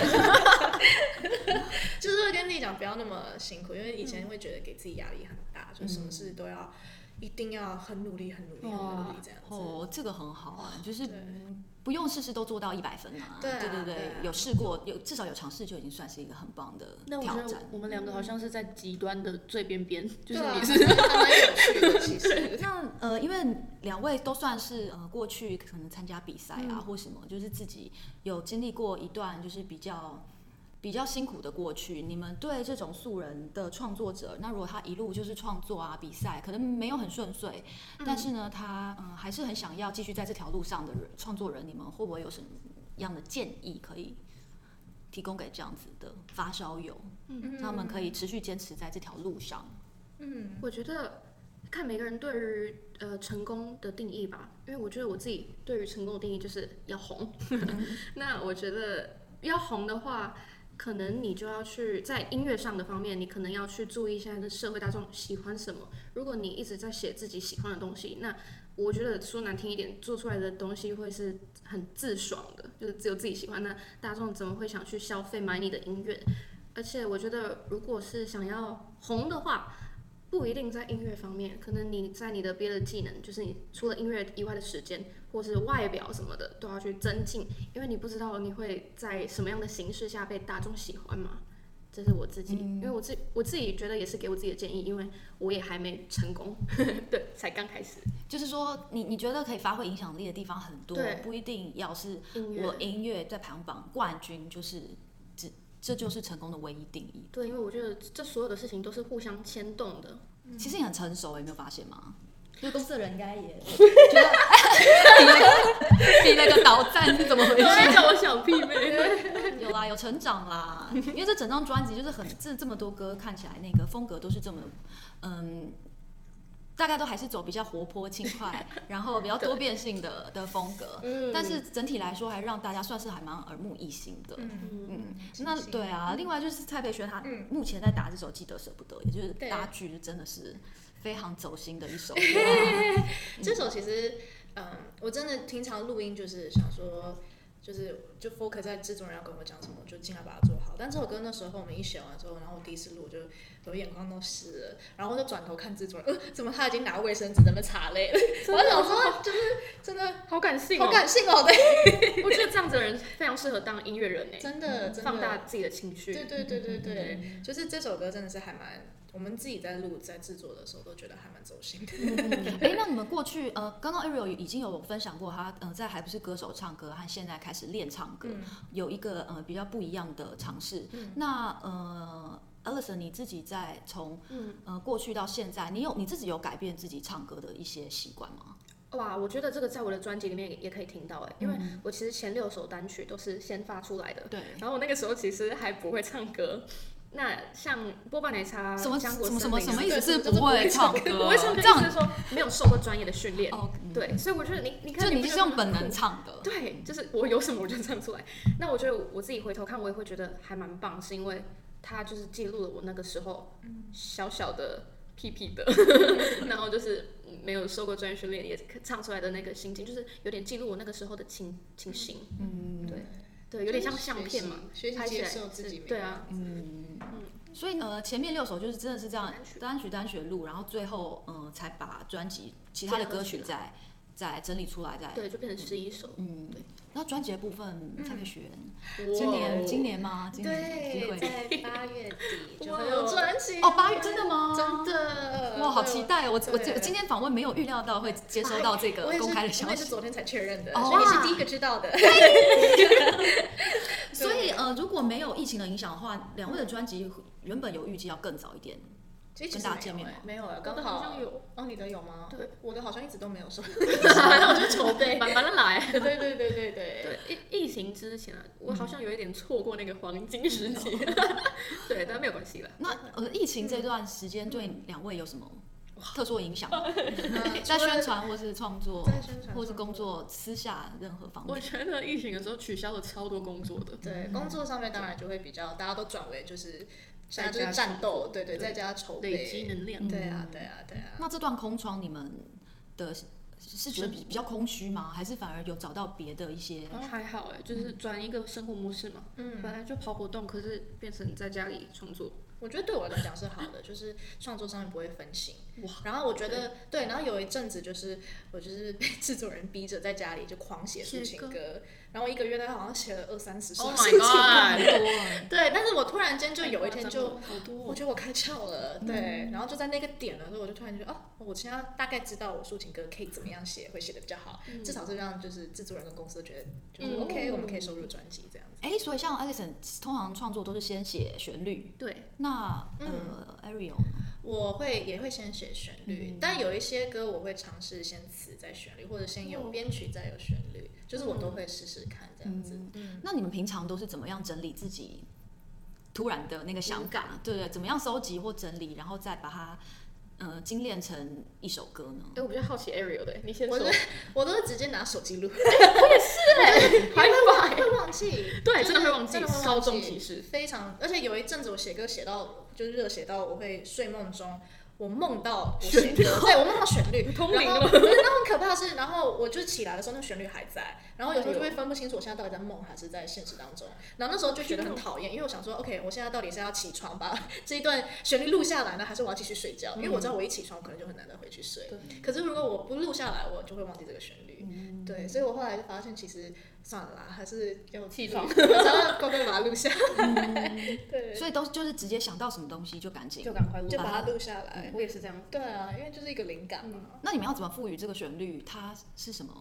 [SPEAKER 4] 嗯
[SPEAKER 1] 就是会跟自己讲不要那么辛苦，因为以前会觉得给自己压力很大，就什么事都要一定要很努力、很努力、很努力这样子。
[SPEAKER 3] 哦，这个很好啊，就是
[SPEAKER 1] 对
[SPEAKER 3] 不用事事都做到一百分嘛。
[SPEAKER 1] 对啊
[SPEAKER 3] 对对
[SPEAKER 1] 对啊
[SPEAKER 3] 有试过，有至少有尝试就已经算是一个很棒的
[SPEAKER 4] 那我觉得
[SPEAKER 3] 挑战。
[SPEAKER 4] 我们两个好像是在极端的最边边，就
[SPEAKER 1] 对
[SPEAKER 4] 是
[SPEAKER 1] 啊
[SPEAKER 4] 你
[SPEAKER 1] 还
[SPEAKER 4] 是
[SPEAKER 1] 蛮有趣的，其实。
[SPEAKER 3] 那呃，因为两位都算是呃过去可能参加比赛啊、或什么，就是自己有经历过一段就是比较比较辛苦的过去。你们对这种素人的创作者，那如果他一路就是创作啊比赛，可能没有很顺遂，但是呢，他嗯、呃还是很想要继续在这条路上的人创作人，你们会不会有什么样的建议可以提供给这样子的发烧友，让他们可以持续坚持在这条路上？
[SPEAKER 1] 嗯，
[SPEAKER 2] 我觉得看每个人对于呃成功的定义吧，因为我觉得我自己对于成功的定义就是要红。 那我觉得要红的话，可能你就要去在音乐上的方面，你可能要去注意一下这社会大众喜欢什么。如果你一直在写自己喜欢的东西，那我觉得说难听一点，做出来的东西会是很自爽的，就是只有自己喜欢。那大众怎么会想去消费买你的音乐？而且我觉得，如果是想要红的话，不一定在音乐方面，可能你在你的别的技能，就是你除了音乐以外的时间，或是外表什么的，都要去增进，因为你不知道你会在什么样的形式下被大众喜欢嘛。这是我自己，因为我自我自己觉得也是给我自己的建议，因为我也还没成功， 对，才刚开始。
[SPEAKER 3] 就是说，你你觉得可以发挥影响力的地方很多
[SPEAKER 2] 对，
[SPEAKER 3] 不一定要是
[SPEAKER 2] 音乐
[SPEAKER 3] 我音乐在排行榜冠军，就是这这就是成功的唯一定义。
[SPEAKER 2] 对，因为我觉得这所有的事情都是互相牵动的。
[SPEAKER 3] 其实你很成熟，有没有发现吗？
[SPEAKER 4] 就公司的人应该也
[SPEAKER 3] 觉得比那个比那个导赞是怎么回
[SPEAKER 2] 有
[SPEAKER 3] 事？
[SPEAKER 2] 人叫我小屁妹，
[SPEAKER 3] 有啦，有成长啦，因为这整张专辑就是很这这么多歌，看起来那个风格都是这么，嗯。大概都还是走比较活泼轻快，然后比较多变性的的风格，
[SPEAKER 2] 嗯
[SPEAKER 3] 但是整体来说还让大家算是还蛮耳目一新的。
[SPEAKER 2] 嗯，
[SPEAKER 3] 那对啊，另外就是蔡佩轩，他
[SPEAKER 1] 嗯
[SPEAKER 3] 目前在打这首《记得舍不得》，也就是
[SPEAKER 1] 对
[SPEAKER 3] 搭剧，真的是非常走心的一首歌。
[SPEAKER 1] 这首其实，嗯，我真的平常录音就是想说，就是就 focus 在制作人要跟我讲什么，我就尽量把它做好。但这首歌那时候我们一写完之后，然后我第一次录，我就我眼眶都湿了，然后我就转头看制作人，呃，怎么他已经拿卫生纸在那擦泪了？ 我就想说，就是真的
[SPEAKER 2] 好感性
[SPEAKER 1] 好
[SPEAKER 2] 哦！
[SPEAKER 1] 感性哦，对，
[SPEAKER 2] 我觉得这样子的人非常适合当音乐人诶，
[SPEAKER 1] 真的真的
[SPEAKER 2] 放大自己的情绪。
[SPEAKER 1] 对对对对对，就是这首歌真的是还蛮，我们自己在录在制作的时候都觉得还蛮走心的。
[SPEAKER 3] 哎，那你们过去呃，刚刚 Ariel 已经有分享过他呃，在还不是歌手唱歌和现在开始练唱歌，有一个呃比较不一样的尝试。那呃。Alison，你自己在从
[SPEAKER 2] 嗯
[SPEAKER 3] 呃过去到现在，你有你自己有改变自己唱歌的一些习惯吗？
[SPEAKER 2] 哇，我觉得这个在我的专辑里面也也可以听到哎，因为我其实前六首单曲都是先发出来的，
[SPEAKER 3] 嗯对，
[SPEAKER 2] 然后我那个时候其实还不会唱歌。那像波霸奶茶、
[SPEAKER 3] 什么
[SPEAKER 2] 浆果
[SPEAKER 3] 什么什么
[SPEAKER 2] 森林啊
[SPEAKER 3] 什么意
[SPEAKER 1] 意
[SPEAKER 3] 思
[SPEAKER 1] 思
[SPEAKER 3] 是
[SPEAKER 1] 是
[SPEAKER 3] 不
[SPEAKER 1] 不
[SPEAKER 3] 会
[SPEAKER 1] 会
[SPEAKER 3] 唱
[SPEAKER 1] 唱
[SPEAKER 3] 歌？
[SPEAKER 2] 我会唱歌，
[SPEAKER 3] 这样
[SPEAKER 2] 就是说没有受过专业的训练。
[SPEAKER 3] 哦，嗯，
[SPEAKER 2] 对，所以我觉得你，你看，
[SPEAKER 3] 就你
[SPEAKER 2] 不
[SPEAKER 3] 是
[SPEAKER 2] 觉得很
[SPEAKER 3] 用本
[SPEAKER 2] 酷
[SPEAKER 3] 能唱的，
[SPEAKER 2] 对，就是我有什么我就唱出来。 那我觉得我自己回头看，我也会觉得还蛮棒，是因为它就是记录了我那个时候小小的屁屁的，然后就是没有受过专业训练，也唱出来的那个心情，就是有点记录我那个时候的情情形。
[SPEAKER 3] 嗯，
[SPEAKER 2] 对对，有点像相片嘛，
[SPEAKER 1] 学习
[SPEAKER 2] 拍起
[SPEAKER 1] 接
[SPEAKER 2] 来
[SPEAKER 1] 受自
[SPEAKER 2] 是
[SPEAKER 1] 己没
[SPEAKER 2] 对啊，
[SPEAKER 3] 所以呃，前面六首就是真的是这样
[SPEAKER 2] 单曲
[SPEAKER 3] 单曲单曲录，然后最后嗯、呃才把专辑其他的歌曲再再整理出来，再
[SPEAKER 2] 对，就变成十一首。
[SPEAKER 3] 嗯，那专辑的部分蔡佩
[SPEAKER 2] 哇
[SPEAKER 3] 璇
[SPEAKER 2] 哦
[SPEAKER 3] 今年今年吗？今年有机
[SPEAKER 1] 嗯对，
[SPEAKER 3] 会
[SPEAKER 1] 在八月底就
[SPEAKER 2] 哇
[SPEAKER 1] 会有专辑
[SPEAKER 3] 哦，八月真的吗？
[SPEAKER 1] 真的
[SPEAKER 3] 哇，好期！待哦！我我
[SPEAKER 1] 对
[SPEAKER 3] 我今天访问没有预料到会接收到这
[SPEAKER 1] 对
[SPEAKER 3] 个
[SPEAKER 1] 我也是，
[SPEAKER 3] 公开的
[SPEAKER 1] 我
[SPEAKER 3] 消
[SPEAKER 1] 也是
[SPEAKER 3] 息，
[SPEAKER 1] 昨天才确认的，
[SPEAKER 3] 哦
[SPEAKER 1] 所以你是第一个知道的。
[SPEAKER 3] 所以呃，如果没有疫情的影响的话，两位的专辑原本有预计要更早一点，
[SPEAKER 1] 其实
[SPEAKER 3] 跟大家见面吗
[SPEAKER 1] 没有哎，刚
[SPEAKER 2] 我的好像有
[SPEAKER 1] 哦，你的有 吗？
[SPEAKER 2] 对，
[SPEAKER 1] 我的好像一直都没有收。
[SPEAKER 2] 那我就筹备， 慢慢地来。
[SPEAKER 1] 对对对对对对。
[SPEAKER 2] 对，疫疫情之前啊，我好像有一点错过那个黄金时期， 对，但没有关系啦。
[SPEAKER 3] 那
[SPEAKER 1] 嗯
[SPEAKER 3] 呃，疫情这段时间对两位有什么特殊影响吗？
[SPEAKER 1] 那
[SPEAKER 3] 在
[SPEAKER 1] 嗯呃哎除了
[SPEAKER 3] 宣传或是创作
[SPEAKER 1] 在宣，传
[SPEAKER 3] 或是工作私下任何方
[SPEAKER 4] 我
[SPEAKER 3] 面，
[SPEAKER 4] 觉得疫情的时候取消了超多工作的，
[SPEAKER 1] 对工作上面当然就会比较，大家都转为就是现在就是战斗，对对，在家筹备
[SPEAKER 2] 累积能量。
[SPEAKER 1] 对啊对啊对啊。
[SPEAKER 3] 那这段空窗你们的是是觉得比比较空虚吗？还是反而有找到别的一些？
[SPEAKER 2] 好像欸还好哎、就是转一个生活模式嘛。
[SPEAKER 1] 嗯
[SPEAKER 2] 本来就跑活动，可是变成在家里创作，
[SPEAKER 1] 我觉得对我来讲是好的，就是创作上面不会分心。
[SPEAKER 4] 哇
[SPEAKER 1] 然后我觉得对，然后有一阵子就是我就是被制作人逼着在家里就狂写抒
[SPEAKER 2] 写
[SPEAKER 1] 情
[SPEAKER 2] 歌
[SPEAKER 1] 歌，然后一个月大概好像写了二三十首
[SPEAKER 2] Oh
[SPEAKER 1] 抒
[SPEAKER 2] my
[SPEAKER 1] 情
[SPEAKER 2] god！
[SPEAKER 1] 歌。 对，但是我突然间就有一天就
[SPEAKER 4] 好多
[SPEAKER 1] 我
[SPEAKER 4] 哦，
[SPEAKER 1] 觉得我开窍了，对，
[SPEAKER 4] 嗯
[SPEAKER 1] 然后就在那个点了，所以我就突然觉得，哦，我现在大概知道我抒情歌可以怎么样写会写的比较好，
[SPEAKER 4] 嗯
[SPEAKER 1] 至少是让就是制作人跟公司觉得就是
[SPEAKER 2] 嗯
[SPEAKER 1] OK，、我们可以收入专辑这样子。
[SPEAKER 3] 哎，所以像 Alison 通常创作都是先写旋律，
[SPEAKER 2] 对，
[SPEAKER 3] 那呃 Ariel
[SPEAKER 1] 我会也会先写旋
[SPEAKER 4] 嗯
[SPEAKER 1] 律，但有一些歌我会尝试先词再旋律，或者先
[SPEAKER 4] 嗯
[SPEAKER 1] 有编曲再有旋律，就是我都会试试看这样子。嗯，
[SPEAKER 3] 那你们平常都是怎么样整理自己突然的那个想法？对对，怎么样收集或整理，然后再把它呃精炼成一首歌呢？
[SPEAKER 4] 哎，我比较好奇 Ariel 的，你先
[SPEAKER 1] 我
[SPEAKER 4] 说
[SPEAKER 1] 是。 我都是直接拿手机录，
[SPEAKER 4] 还买
[SPEAKER 1] 会忘记。
[SPEAKER 4] 对，
[SPEAKER 1] 就
[SPEAKER 4] 真
[SPEAKER 1] 是
[SPEAKER 4] 的会忘记
[SPEAKER 1] 真的会，忘
[SPEAKER 4] 稍纵
[SPEAKER 1] 记
[SPEAKER 4] 即逝。
[SPEAKER 1] 非常，而且有一阵子我写歌写到就是热写到我会睡梦中，我梦到我写
[SPEAKER 4] 旋律
[SPEAKER 1] 歌，对我梦到旋律，
[SPEAKER 4] 通灵
[SPEAKER 1] 然后
[SPEAKER 4] 了
[SPEAKER 1] 不是那很可怕的是，然后我就起来的时候，那个旋律还在，然后有时候就
[SPEAKER 4] 哎
[SPEAKER 1] 会分不清楚我现在到底在梦还是在现实当中，然后那时候就觉得很讨厌，因为我想说，OK，我现在到底是要起床把 这一段旋律录下来呢，还是我要继续睡觉？因为我知
[SPEAKER 4] 嗯
[SPEAKER 1] 道我一起床，我可能就很难再回去睡。可是如果我不录下来，我就会忘记这个旋律。
[SPEAKER 4] 嗯
[SPEAKER 1] 对，所以我后来就发现，其实算了啦，还是要
[SPEAKER 4] 起 床
[SPEAKER 1] 然后乖乖把它录下来。对，
[SPEAKER 3] 所以都就是直接想到什么东西就赶紧。
[SPEAKER 4] 就赶快录
[SPEAKER 1] 就
[SPEAKER 4] 吧。
[SPEAKER 1] 把它录下
[SPEAKER 2] 嗯
[SPEAKER 1] 来。
[SPEAKER 4] 我也是这样，
[SPEAKER 1] 对啊，因为就是一个灵感嘛。
[SPEAKER 3] 那你们要怎么赋予这个旋律？它是什么？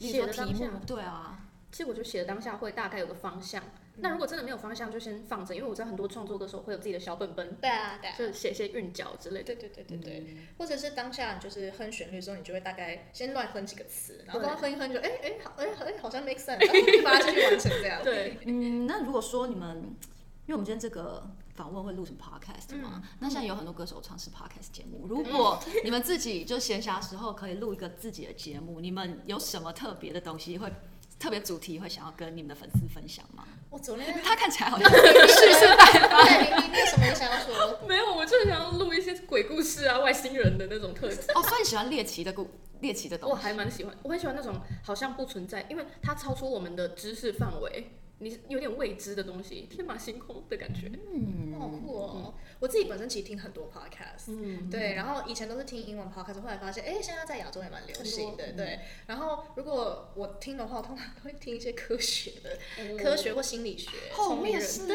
[SPEAKER 3] 例
[SPEAKER 2] 写
[SPEAKER 3] 如
[SPEAKER 2] 的
[SPEAKER 3] 说
[SPEAKER 2] 当
[SPEAKER 3] 题目
[SPEAKER 2] 下？
[SPEAKER 3] 对啊，
[SPEAKER 2] 其实我就写的当下会大概有个方向。那如果真的没有方向，就先放着，因为我知道很多创作歌手会有自己的小本本，
[SPEAKER 1] 对啊，对啊。
[SPEAKER 2] 就写一些韵脚之类的。
[SPEAKER 1] 对对对对对，或者是当下就是哼旋律的时候，你就会大概先乱哼几个词，然后
[SPEAKER 2] 对
[SPEAKER 1] 慢慢哼一哼就，哎哎好哎哎好像 make sense，然后就把它继续完成这样。
[SPEAKER 2] 对，
[SPEAKER 3] 嗯，那如果说你们，因为我们今天这个访问会录成 podcast
[SPEAKER 1] 嗯
[SPEAKER 3] 嘛，那现在有很多歌手尝试 podcast 节目，如果你们自己就闲暇时候可以录一个自己的节目，你们有什么特别的东西会？特别主题会想要跟你们的粉丝分享 吗？
[SPEAKER 1] 我昨天
[SPEAKER 3] 他看起来好像是是百般。
[SPEAKER 1] 对哎你你你有什么想要说？
[SPEAKER 4] 没有，我就是想要录一些鬼故事啊、外星人的那种特辑。
[SPEAKER 3] 哦，所以你喜欢猎奇的故猎奇的东
[SPEAKER 2] 我
[SPEAKER 3] 西。
[SPEAKER 2] 还蛮喜欢，我很喜欢那种好像不存在，因为它超出我们的知识范围，你有点未知的东西，天马行空的感觉。
[SPEAKER 3] 嗯
[SPEAKER 1] 哇好酷哦！我自己本身其实听很多 podcast，对，
[SPEAKER 2] 嗯
[SPEAKER 1] 然后以前都是听英文 podcast，后来发现，哎，现在在亚洲也蛮流行的，对。然后如果我听的话，我通常都会听一些科学的，科学或心理学。
[SPEAKER 3] 后
[SPEAKER 1] 聪明
[SPEAKER 3] 面
[SPEAKER 1] 人
[SPEAKER 3] 是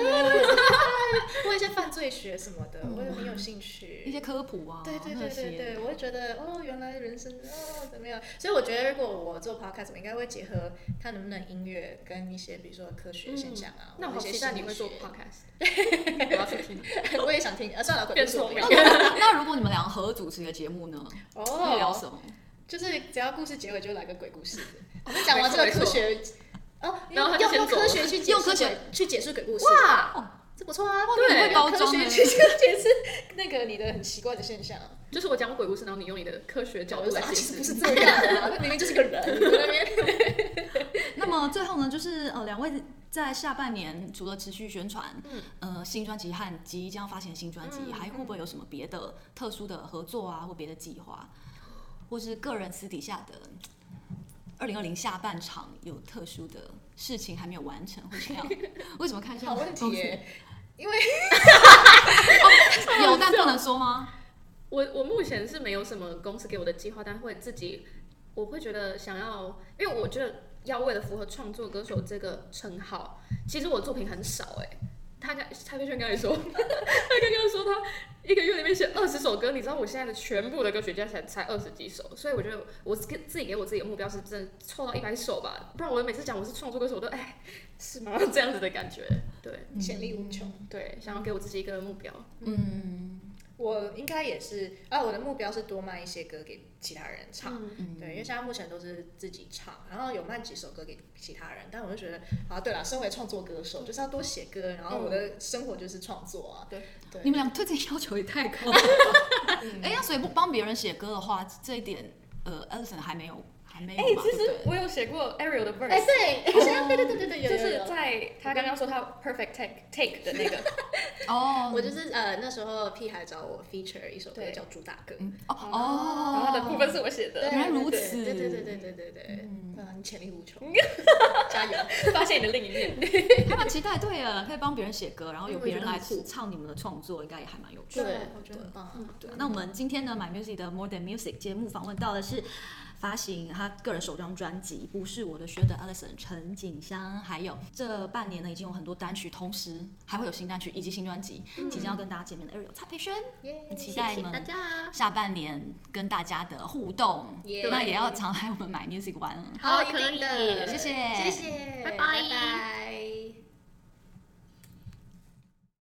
[SPEAKER 1] 或一些犯罪学什么的，我也很有兴趣。
[SPEAKER 3] 一些科普啊，
[SPEAKER 1] 对对对
[SPEAKER 3] 那些
[SPEAKER 1] 对对，我会觉得哦，原来人生哦怎么样？所以我觉得如果我做 podcast，我应该会结合看能不能音乐跟一些比如说科学现象啊，
[SPEAKER 2] 嗯那我
[SPEAKER 1] 或
[SPEAKER 2] 好
[SPEAKER 1] 者一
[SPEAKER 2] 期
[SPEAKER 1] 些
[SPEAKER 2] 待你
[SPEAKER 1] 心理
[SPEAKER 2] 会做
[SPEAKER 1] 学
[SPEAKER 2] podcast，我 要去听。
[SPEAKER 1] 我也想听，呃，算了，鬼
[SPEAKER 4] 变
[SPEAKER 1] 故事我不
[SPEAKER 4] 聪
[SPEAKER 1] 要
[SPEAKER 4] 明
[SPEAKER 3] 那那如果你们俩合主持一个节目呢，会聊
[SPEAKER 1] 哦，
[SPEAKER 3] 什么？
[SPEAKER 1] 就是只要故事结尾就来个鬼故事，我们讲完这个科学。哦，
[SPEAKER 4] 然后他就
[SPEAKER 1] 用
[SPEAKER 4] 先
[SPEAKER 1] 用
[SPEAKER 4] 走
[SPEAKER 1] 科
[SPEAKER 4] 了
[SPEAKER 1] 学去解
[SPEAKER 3] 用
[SPEAKER 1] 释
[SPEAKER 3] 科学
[SPEAKER 1] 鬼去解释鬼故事，
[SPEAKER 2] 哇，
[SPEAKER 1] 这不错啊！
[SPEAKER 3] 你
[SPEAKER 1] 对，
[SPEAKER 3] 很会包
[SPEAKER 1] 用科
[SPEAKER 3] 装
[SPEAKER 1] 学
[SPEAKER 3] 欸
[SPEAKER 1] 去解释 那个你的很奇怪的现象。
[SPEAKER 2] 就是我讲鬼故事，然后你用你的科学角
[SPEAKER 1] 我
[SPEAKER 2] 度
[SPEAKER 1] 就说
[SPEAKER 2] 来
[SPEAKER 1] 啊，
[SPEAKER 2] 解
[SPEAKER 1] 其实不
[SPEAKER 2] 释。
[SPEAKER 1] 是这样的 啊，明明就是个人你在那边。
[SPEAKER 3] 那么最后呢，就是呃，两位在下半年除了持续宣传，呃，新专辑和即将发行的新专辑，还会不会有什么别的特殊的合作啊，或别的计划，或是个人私底下的？二零二零下半场有特殊的事情还没有完成，会这样？为什么看这
[SPEAKER 1] 好
[SPEAKER 3] 样的
[SPEAKER 1] 问题
[SPEAKER 3] 东西
[SPEAKER 1] 耶，
[SPEAKER 3] 有但不能说吗？
[SPEAKER 2] 我我目前是没有什么公司给我的计划，但会自己，我会觉得想要，因为我觉得要为了符合创作歌手这个称号，其实我作品很少哎、他刚蔡佩轩刚才说， 他刚刚说他一个月里面写二十首歌，你知道我现在的全部的歌曲加起来才二十几首，所以我觉得我自己自己给我自己的目标是真的凑到一百首吧，不然我每次讲我是创作歌手，我都哎是吗 这样子的感觉，对
[SPEAKER 1] 潜力无穷。
[SPEAKER 2] 对，想要给我自己一个目标，
[SPEAKER 3] 嗯，
[SPEAKER 1] 我应该也是啊，我的目标是多卖一些歌给其他人唱，
[SPEAKER 3] 嗯
[SPEAKER 1] 对，因为现在目前都是自己唱，然后有卖几首歌给其他人，但我就觉得，啊，对了，身为创作歌手，就是要多写歌，然后我的生活就是创作啊，
[SPEAKER 2] 对
[SPEAKER 1] 对，
[SPEAKER 3] 你们俩对自己要求也太高了。 哎、那所以不帮别人写歌的话，这一点呃，Alison 还没有，还没有
[SPEAKER 4] 哎、
[SPEAKER 3] 嘛，
[SPEAKER 4] 其实
[SPEAKER 3] 对不对
[SPEAKER 4] 我有写过 Ariel 的 verse，、
[SPEAKER 1] 哎， 对，现在对对对对对，有
[SPEAKER 4] 就
[SPEAKER 1] 有
[SPEAKER 4] 是
[SPEAKER 1] 有。
[SPEAKER 4] 在他刚刚说他 perfect take take 的 那个，
[SPEAKER 3] 哦，
[SPEAKER 1] 我就是呃那时候屁孩找我 feature 一首歌
[SPEAKER 4] 对
[SPEAKER 1] 叫《主打歌》，
[SPEAKER 3] 哦
[SPEAKER 4] 然后他的部
[SPEAKER 3] 哦，
[SPEAKER 4] 分是我写
[SPEAKER 1] 对
[SPEAKER 4] 的。
[SPEAKER 3] 原来如
[SPEAKER 1] 对
[SPEAKER 3] 此
[SPEAKER 1] 对对对对对对对，嗯，潜力无穷， 加油！
[SPEAKER 4] 发现你的另一面。
[SPEAKER 3] 还蛮期待。对了，可以帮别人写歌，然后有
[SPEAKER 2] 嗯我觉
[SPEAKER 3] 别
[SPEAKER 2] 得
[SPEAKER 3] 人来
[SPEAKER 2] 很酷
[SPEAKER 3] 唱你们的创作，应该也还蛮有趣的。
[SPEAKER 1] 对，我觉得很棒啊。
[SPEAKER 3] 对，那我们今天呢，My Music 的 More Than Music 节目访问到的是发行他个人首张专辑《不是我的学的 Alison》陈景香，还有这半年呢已经有很多单曲，同时还会有新单曲以及新专辑，即将要跟大家见面的 Ariel 蔡培轩，
[SPEAKER 1] 耶
[SPEAKER 3] 很期
[SPEAKER 2] 谢
[SPEAKER 3] 待
[SPEAKER 2] 谢
[SPEAKER 3] 你
[SPEAKER 2] 大
[SPEAKER 3] 们
[SPEAKER 2] 家。
[SPEAKER 3] 下半年跟大家的互动
[SPEAKER 1] Yeah
[SPEAKER 3] 那也要常来我们 My Music 玩哦。
[SPEAKER 2] 好
[SPEAKER 1] 一
[SPEAKER 2] 可
[SPEAKER 1] 定的
[SPEAKER 2] 以
[SPEAKER 3] 谢谢
[SPEAKER 1] 谢谢，
[SPEAKER 2] 拜拜
[SPEAKER 1] 拜拜